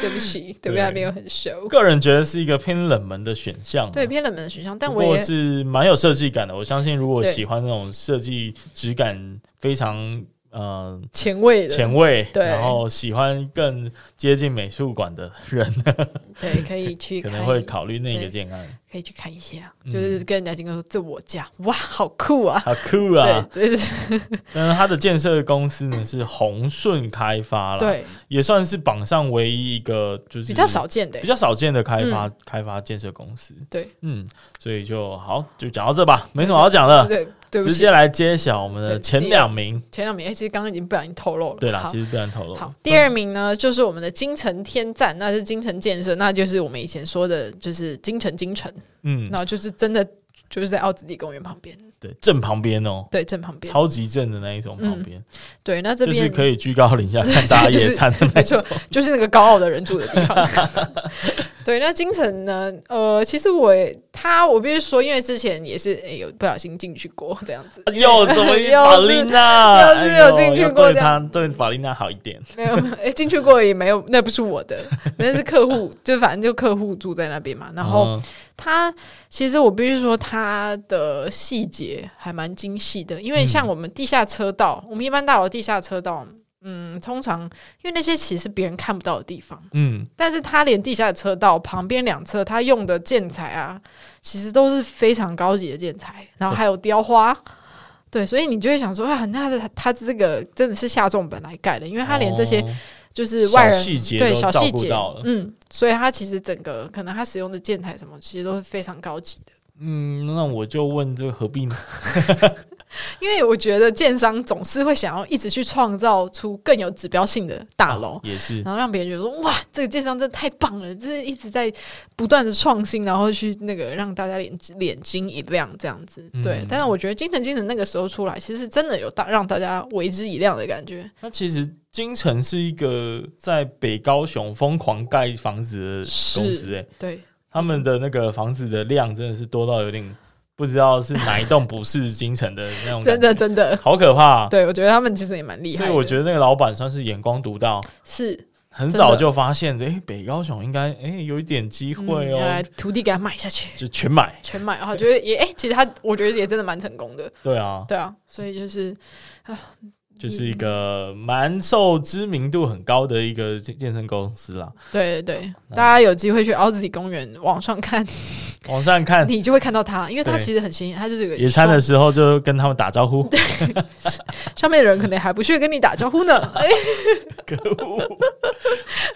[SPEAKER 2] 对不起，对
[SPEAKER 1] 对
[SPEAKER 2] 大家没有很熟，
[SPEAKER 1] 个人觉得是一个偏冷门的选项啊，
[SPEAKER 2] 对偏冷门的选项，但
[SPEAKER 1] 不
[SPEAKER 2] 我
[SPEAKER 1] 过
[SPEAKER 2] 也
[SPEAKER 1] 是蛮有设计感的。我相信，如果
[SPEAKER 2] 对
[SPEAKER 1] 喜欢那种设计质感非常呃
[SPEAKER 2] 前卫的，
[SPEAKER 1] 前卫，
[SPEAKER 2] 对
[SPEAKER 1] 然后喜欢更接近美术馆的 人，
[SPEAKER 2] 对，可以去
[SPEAKER 1] 可
[SPEAKER 2] 看，
[SPEAKER 1] 能会考虑那
[SPEAKER 2] 对
[SPEAKER 1] 个建案。
[SPEAKER 2] 可以去看一下，
[SPEAKER 1] 嗯
[SPEAKER 2] 就是跟人家经过说这我家，哇，好酷啊！
[SPEAKER 1] 好酷啊！
[SPEAKER 2] 对，这是
[SPEAKER 1] 但是它的建设公司呢是宏顺开发啦，，
[SPEAKER 2] 对
[SPEAKER 1] 也算是榜上唯一一个就是
[SPEAKER 2] 比较少见的
[SPEAKER 1] 比，较少见的开发、开发建设公司。
[SPEAKER 2] 嗯对，
[SPEAKER 1] 嗯，所以就好，就讲到这吧，没什么好讲的，
[SPEAKER 2] 对对不
[SPEAKER 1] 直
[SPEAKER 2] 起
[SPEAKER 1] 接，来揭晓我们的前两名。
[SPEAKER 2] 前两名哎其实刚刚已经不小心透露了，
[SPEAKER 1] 对啦，
[SPEAKER 2] 好
[SPEAKER 1] 其实嗯不然透露。
[SPEAKER 2] 好，第二名呢，就是我们的京城天赞，那是京城建设，那就是我们以前说的，就是京城京城。
[SPEAKER 1] 嗯，
[SPEAKER 2] 然后就是真的就是在奥子地公园旁边，
[SPEAKER 1] 对，正旁边哦，
[SPEAKER 2] 对，正旁边。
[SPEAKER 1] 超级正的那一种旁边，
[SPEAKER 2] 对，那这
[SPEAKER 1] 就是
[SPEAKER 2] 边
[SPEAKER 1] 可以居高临 下看大家野餐的那
[SPEAKER 2] 没
[SPEAKER 1] 一种
[SPEAKER 2] 错。，就是那个高傲的人住的 地方。对，那京城呢？呃，其实我也他，我必须说，因为之前也是、诶有不小心进去过这样子，
[SPEAKER 1] 又怎哎么
[SPEAKER 2] 又是
[SPEAKER 1] 法琳娜？
[SPEAKER 2] 又是有
[SPEAKER 1] 哎呦
[SPEAKER 2] 进去
[SPEAKER 1] 要
[SPEAKER 2] 过
[SPEAKER 1] 对
[SPEAKER 2] 这
[SPEAKER 1] 她对法琳娜好一点。
[SPEAKER 2] 没有，哎、进去过也没有，那不是我的，那是客户，就反正就客户住在那边嘛。然后
[SPEAKER 1] 嗯
[SPEAKER 2] 他其实我必须说，他的细节还蛮精细的，因为像
[SPEAKER 1] 嗯
[SPEAKER 2] 我们地下车道，我们一般大楼地下车道，嗯，通常因为那些其实是别人看不到的地方，
[SPEAKER 1] 嗯，
[SPEAKER 2] 但是他连地下车道旁边两侧他用的建材啊，其实都是非常高级的建材，然后还有雕花。对，所以你就会想说，啊，那他他这个真的是下重本来盖的，因为他连这些
[SPEAKER 1] 哦
[SPEAKER 2] 就是外人
[SPEAKER 1] 小细节
[SPEAKER 2] 对
[SPEAKER 1] 都
[SPEAKER 2] 小
[SPEAKER 1] 照
[SPEAKER 2] 细
[SPEAKER 1] 顾
[SPEAKER 2] 节
[SPEAKER 1] 到了，
[SPEAKER 2] 嗯，所以它其实整个可能它使用的建材什么，其实都是非常高级的。
[SPEAKER 1] 嗯，那我就问这个何必呢？
[SPEAKER 2] 因为我觉得建商总是会想要一直去创造出更有指标性的大楼。
[SPEAKER 1] 也是，
[SPEAKER 2] 然后让别人觉得说哇，这个建商真的太棒了，这是一直在不断的创新，然后去那个让大家眼眼睛一亮这样子。对，
[SPEAKER 1] 嗯
[SPEAKER 2] 但是我觉得京城精神那个时候出来，其实真的有大让大家为之一亮的感觉。
[SPEAKER 1] 那其实金城是一个在北高雄疯狂盖房子的公司、
[SPEAKER 2] 是
[SPEAKER 1] 欸，
[SPEAKER 2] 对，
[SPEAKER 1] 他们的那个房子的量真的是多到有点不知道是哪一栋不是金城的那种，
[SPEAKER 2] 真的，真 的，
[SPEAKER 1] 好可怕、啊。
[SPEAKER 2] 对我觉得他们其实也蛮厉害
[SPEAKER 1] 所
[SPEAKER 2] 的。
[SPEAKER 1] 以我觉得那个老板算是眼光独到，
[SPEAKER 2] 是
[SPEAKER 1] 很
[SPEAKER 2] 真的
[SPEAKER 1] 早就发现，哎，北高雄应该哎有一点机会
[SPEAKER 2] 嗯要来
[SPEAKER 1] 哦，
[SPEAKER 2] 土地给他买下去，
[SPEAKER 1] 就全买。
[SPEAKER 2] 全买，然后觉得也哎、其实他我觉得也真的蛮成功的，
[SPEAKER 1] 对啊，
[SPEAKER 2] 对啊，所以就是
[SPEAKER 1] 就是一个蛮受知名度很高的一个健健身公司啦。
[SPEAKER 2] 对对对，大家有机会去奥兹底公园网 上看，
[SPEAKER 1] 往上看，
[SPEAKER 2] 你就会看到他，因为他
[SPEAKER 1] 对
[SPEAKER 2] 其实很新，他就是有个
[SPEAKER 1] 野餐
[SPEAKER 2] 双
[SPEAKER 1] 的时候就跟他们打招呼。
[SPEAKER 2] 上面的人可能还不屑跟你打招 呼呢。
[SPEAKER 1] 可恶！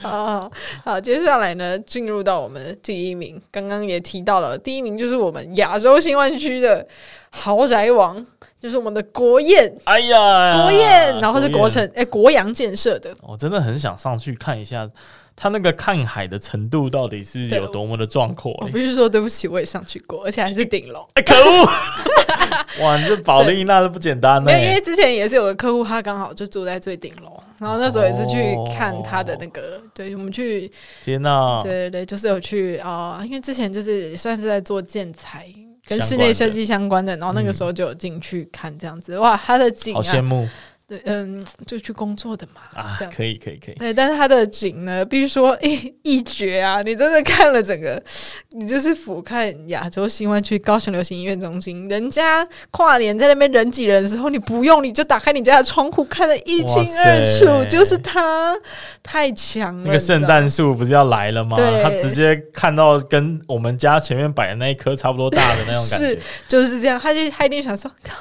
[SPEAKER 2] 啊，好，接下来呢，进入到我们的第一名，刚刚也提到了，第一名就是我们亚洲新湾区的豪宅王，就是我们的国宴，
[SPEAKER 1] 哎呀，
[SPEAKER 2] 国宴，然后是国
[SPEAKER 1] 宴
[SPEAKER 2] 城，哎、国阳建设的，
[SPEAKER 1] 我真的很想上去看一下，它那个看海的程度到底是有多么的壮阔、
[SPEAKER 2] 我
[SPEAKER 1] 欸
[SPEAKER 2] 必须说对不起，我也上去过，而且还是顶楼。
[SPEAKER 1] 哎可恶！ 哇，你这保利那都不简单呢、
[SPEAKER 2] 没有，因为之前也是有个客户，他刚好就住在最顶楼，然后那时候也是去看他的那个，
[SPEAKER 1] 哦
[SPEAKER 2] 对我们去，
[SPEAKER 1] 天哪、
[SPEAKER 2] 对对对，就是有去啊、因为之前就是也算是在做建材跟
[SPEAKER 1] 相
[SPEAKER 2] 室
[SPEAKER 1] 关
[SPEAKER 2] 内
[SPEAKER 1] 的
[SPEAKER 2] 设计相关的，然后那个时候就有进去看这样子，哇，他的景
[SPEAKER 1] 好羡
[SPEAKER 2] 啊，
[SPEAKER 1] 慕
[SPEAKER 2] 对，嗯，就去工作的嘛，
[SPEAKER 1] 啊
[SPEAKER 2] 这！样。
[SPEAKER 1] 可以，可以，可以。
[SPEAKER 2] 对，但是他的景呢，必须说一 一绝啊！你真的看了整个，你就是俯瞰亚洲新湾区高雄流行音乐中心，人家跨年在那边人挤人的时候，你不用你就打开你家的窗户看得一清二
[SPEAKER 1] 哇
[SPEAKER 2] 楚
[SPEAKER 1] 塞，
[SPEAKER 2] 就是他太强了。
[SPEAKER 1] 那个圣诞树不是要来了吗？
[SPEAKER 2] 对
[SPEAKER 1] 他直接看到跟我们家前面摆的那一棵差不多大的那种感觉
[SPEAKER 2] 是，你知道吗就是这样，他就他一定想说。靠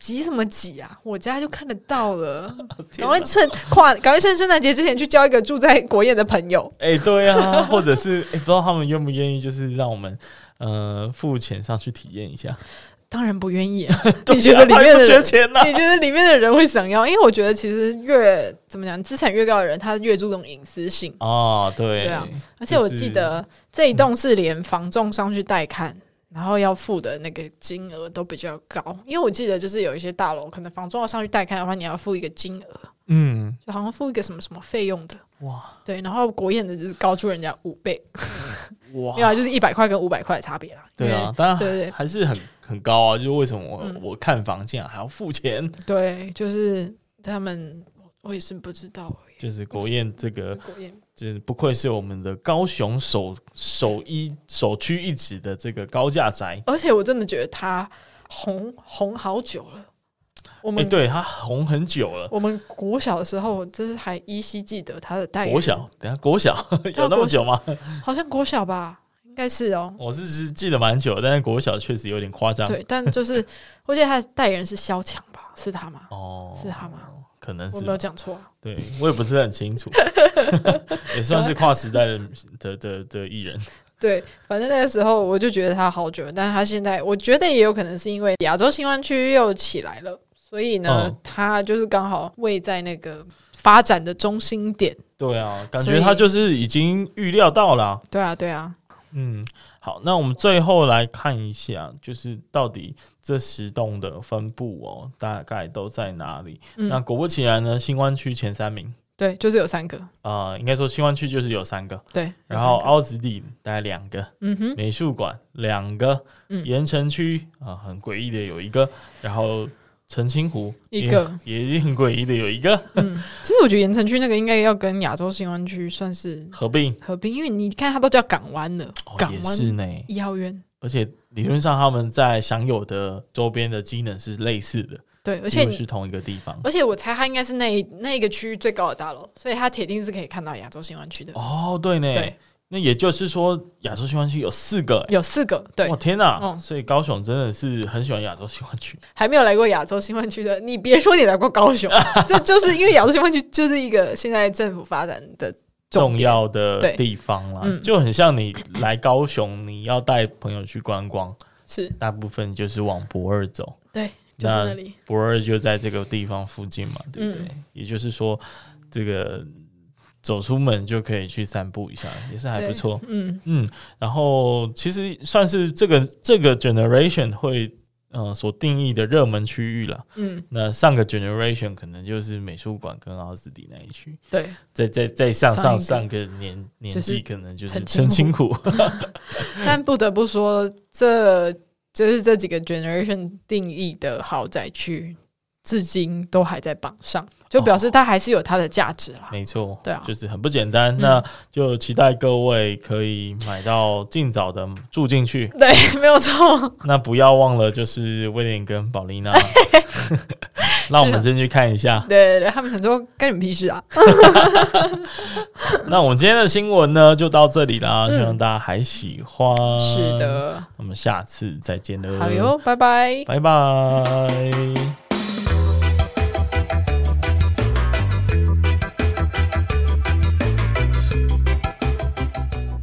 [SPEAKER 2] 急什么急啊！我家就看得到 了，赶快趁跨，赶快趁圣诞节之前去交一个住在国宴的朋友。
[SPEAKER 1] 哎、对啊，或者是、哎，不知道他们愿不愿意，就是让我们呃付钱上去体验一下。
[SPEAKER 2] 当然不愿意、啊，你觉得里
[SPEAKER 1] 他
[SPEAKER 2] 面
[SPEAKER 1] 也
[SPEAKER 2] 的
[SPEAKER 1] 不缺
[SPEAKER 2] 人
[SPEAKER 1] 钱呐、
[SPEAKER 2] 你觉得里面的人会想要？因为我觉得其实越怎么讲，资产越高的人，他越注重隐私性。
[SPEAKER 1] 哦，对，
[SPEAKER 2] 对啊而且我记得这一栋是连房仲上去带看，然后要付的那个金额都比较高。因为我记得就是有一些大楼，可能房仲要上去带看的话，你要付一个金额，
[SPEAKER 1] 嗯，
[SPEAKER 2] 就好像付一个什么什么费用的。
[SPEAKER 1] 哇
[SPEAKER 2] 对，然后国宴的就是高出人家五倍，
[SPEAKER 1] 哇
[SPEAKER 2] 没有、啊，就是一百块跟五百块的差别啦。
[SPEAKER 1] 对啊，当
[SPEAKER 2] 对
[SPEAKER 1] 然
[SPEAKER 2] 对
[SPEAKER 1] 还还是很很高啊。就是为什么我、
[SPEAKER 2] 嗯
[SPEAKER 1] 我看房价还要付钱？
[SPEAKER 2] 因为，对，就是他们，我也是不知道而
[SPEAKER 1] 就是国宴这
[SPEAKER 2] 已
[SPEAKER 1] 个，
[SPEAKER 2] 国宴
[SPEAKER 1] 就是不愧是我们的高雄首首一首屈一指的这个高价宅。
[SPEAKER 2] 而且我真的觉得他红红好久了。我
[SPEAKER 1] 哎、
[SPEAKER 2] 们、
[SPEAKER 1] 对，它红很久了。
[SPEAKER 2] 我们国小的时候，就是还依稀记得他的代言。
[SPEAKER 1] 国小，等一下国小有那么久吗？
[SPEAKER 2] 好像国小吧，应该是哦。
[SPEAKER 1] 我是只记得蛮久，但是国小确实有点夸张。
[SPEAKER 2] 对，但就是我记得他的代言人是萧蔷吧？是他吗？
[SPEAKER 1] 哦，
[SPEAKER 2] 是他吗？
[SPEAKER 1] 可能
[SPEAKER 2] 我
[SPEAKER 1] 是
[SPEAKER 2] 没有讲错啊。
[SPEAKER 1] 对我也不是很清 楚，也算是跨时代的的的的艺人。
[SPEAKER 2] 对，反正那个时候我就觉得他好久了，但是他现在我觉得也有可能是因为亚洲新湾区又起来了，所以呢，
[SPEAKER 1] 嗯
[SPEAKER 2] 他就是刚好位在那个发展的中心点。
[SPEAKER 1] 对啊，感
[SPEAKER 2] 所以
[SPEAKER 1] 觉他就是已经预料到了啊、
[SPEAKER 2] 对啊，对啊，
[SPEAKER 1] 嗯，好，那我们最后来看一下，就是到底这十栋的分布哦，大概都在哪里？
[SPEAKER 2] 嗯
[SPEAKER 1] 那果不其然呢，新湾区前三名，
[SPEAKER 2] 对，就是有三个。
[SPEAKER 1] 啊，应该说新湾区就是有三个，
[SPEAKER 2] 对，有
[SPEAKER 1] 然后啊
[SPEAKER 2] 三个
[SPEAKER 1] 凹子底大概两个，
[SPEAKER 2] 嗯哼，
[SPEAKER 1] 美术馆两个，
[SPEAKER 2] 嗯
[SPEAKER 1] 盐城区啊、很诡异的有一个，然后澄清湖
[SPEAKER 2] 一
[SPEAKER 1] 也
[SPEAKER 2] 个
[SPEAKER 1] 也很诡异的有一个
[SPEAKER 2] 嗯，其实我觉得盐城区那个应该要跟亚洲新湾区算是
[SPEAKER 1] 合并，
[SPEAKER 2] 合并，因为你看它都叫港湾了，
[SPEAKER 1] 哦
[SPEAKER 2] 港
[SPEAKER 1] 也是
[SPEAKER 2] 湾
[SPEAKER 1] 呢，
[SPEAKER 2] 一号院，
[SPEAKER 1] 而且理论上他们在享有的周边的机能是类似的。
[SPEAKER 2] 对，而
[SPEAKER 1] 而
[SPEAKER 2] 且
[SPEAKER 1] 是同一个地方
[SPEAKER 2] 而且我猜它应该是那一那一个区域最高的大楼，所以它铁定是可以看到亚洲新湾区的。
[SPEAKER 1] 哦，对呢，
[SPEAKER 2] 呃对，
[SPEAKER 1] 那也就是说亚洲新湾区有四个、欸，
[SPEAKER 2] 有四个，对
[SPEAKER 1] 哇，天哪、
[SPEAKER 2] 嗯
[SPEAKER 1] 所以高雄真的是很喜欢亚洲新湾区，
[SPEAKER 2] 还没有来过亚洲新湾区的，你别说你来过高雄，啊 这就是因为亚洲新湾区就是一个现在政府发展的重
[SPEAKER 1] 重
[SPEAKER 2] 点
[SPEAKER 1] 要的
[SPEAKER 2] 对
[SPEAKER 1] 地方啦，
[SPEAKER 2] 嗯
[SPEAKER 1] 就很像你来高雄，你要带朋友去观光，
[SPEAKER 2] 是
[SPEAKER 1] 大部分就是往博二走，
[SPEAKER 2] 对，就是那里，
[SPEAKER 1] 博二就在这个地方附近嘛，对不对？
[SPEAKER 2] 嗯
[SPEAKER 1] 也就是说，这个走出门就可以去散步一下，也是还
[SPEAKER 2] 对
[SPEAKER 1] 不错。
[SPEAKER 2] 嗯，
[SPEAKER 1] 嗯，然后其实算是这个这个 generation 会呃所定义的热门区域了。
[SPEAKER 2] 嗯，
[SPEAKER 1] 那上个 generation 可能就是美术馆跟奥斯迪那一区，
[SPEAKER 2] 对，
[SPEAKER 1] 再再再上
[SPEAKER 2] 上一
[SPEAKER 1] 上
[SPEAKER 2] 个
[SPEAKER 1] 上个年年
[SPEAKER 2] 就是
[SPEAKER 1] 纪可能就是
[SPEAKER 2] 澄
[SPEAKER 1] 澄
[SPEAKER 2] 清
[SPEAKER 1] 清湖，
[SPEAKER 2] 但不得不说，这就是这几个 generation 定义的豪宅区至今都还在榜上，就表示它还是有它的价值啦。
[SPEAKER 1] 没错，
[SPEAKER 2] 对啊
[SPEAKER 1] 就是很不简单。那就期待各位可以买到尽早的住进去。
[SPEAKER 2] 对，没有错。
[SPEAKER 1] 那不要忘了，就是威廉跟宝 丽娜， 让我们先去看一下。
[SPEAKER 2] 对对对，他们想说干你们屁事啊？
[SPEAKER 1] 那我们今天的新闻呢，就到这里啦，希望大家还喜欢。
[SPEAKER 2] 嗯是，的，
[SPEAKER 1] 我们下次再见喽。
[SPEAKER 2] 好哟，拜拜。
[SPEAKER 1] 拜拜。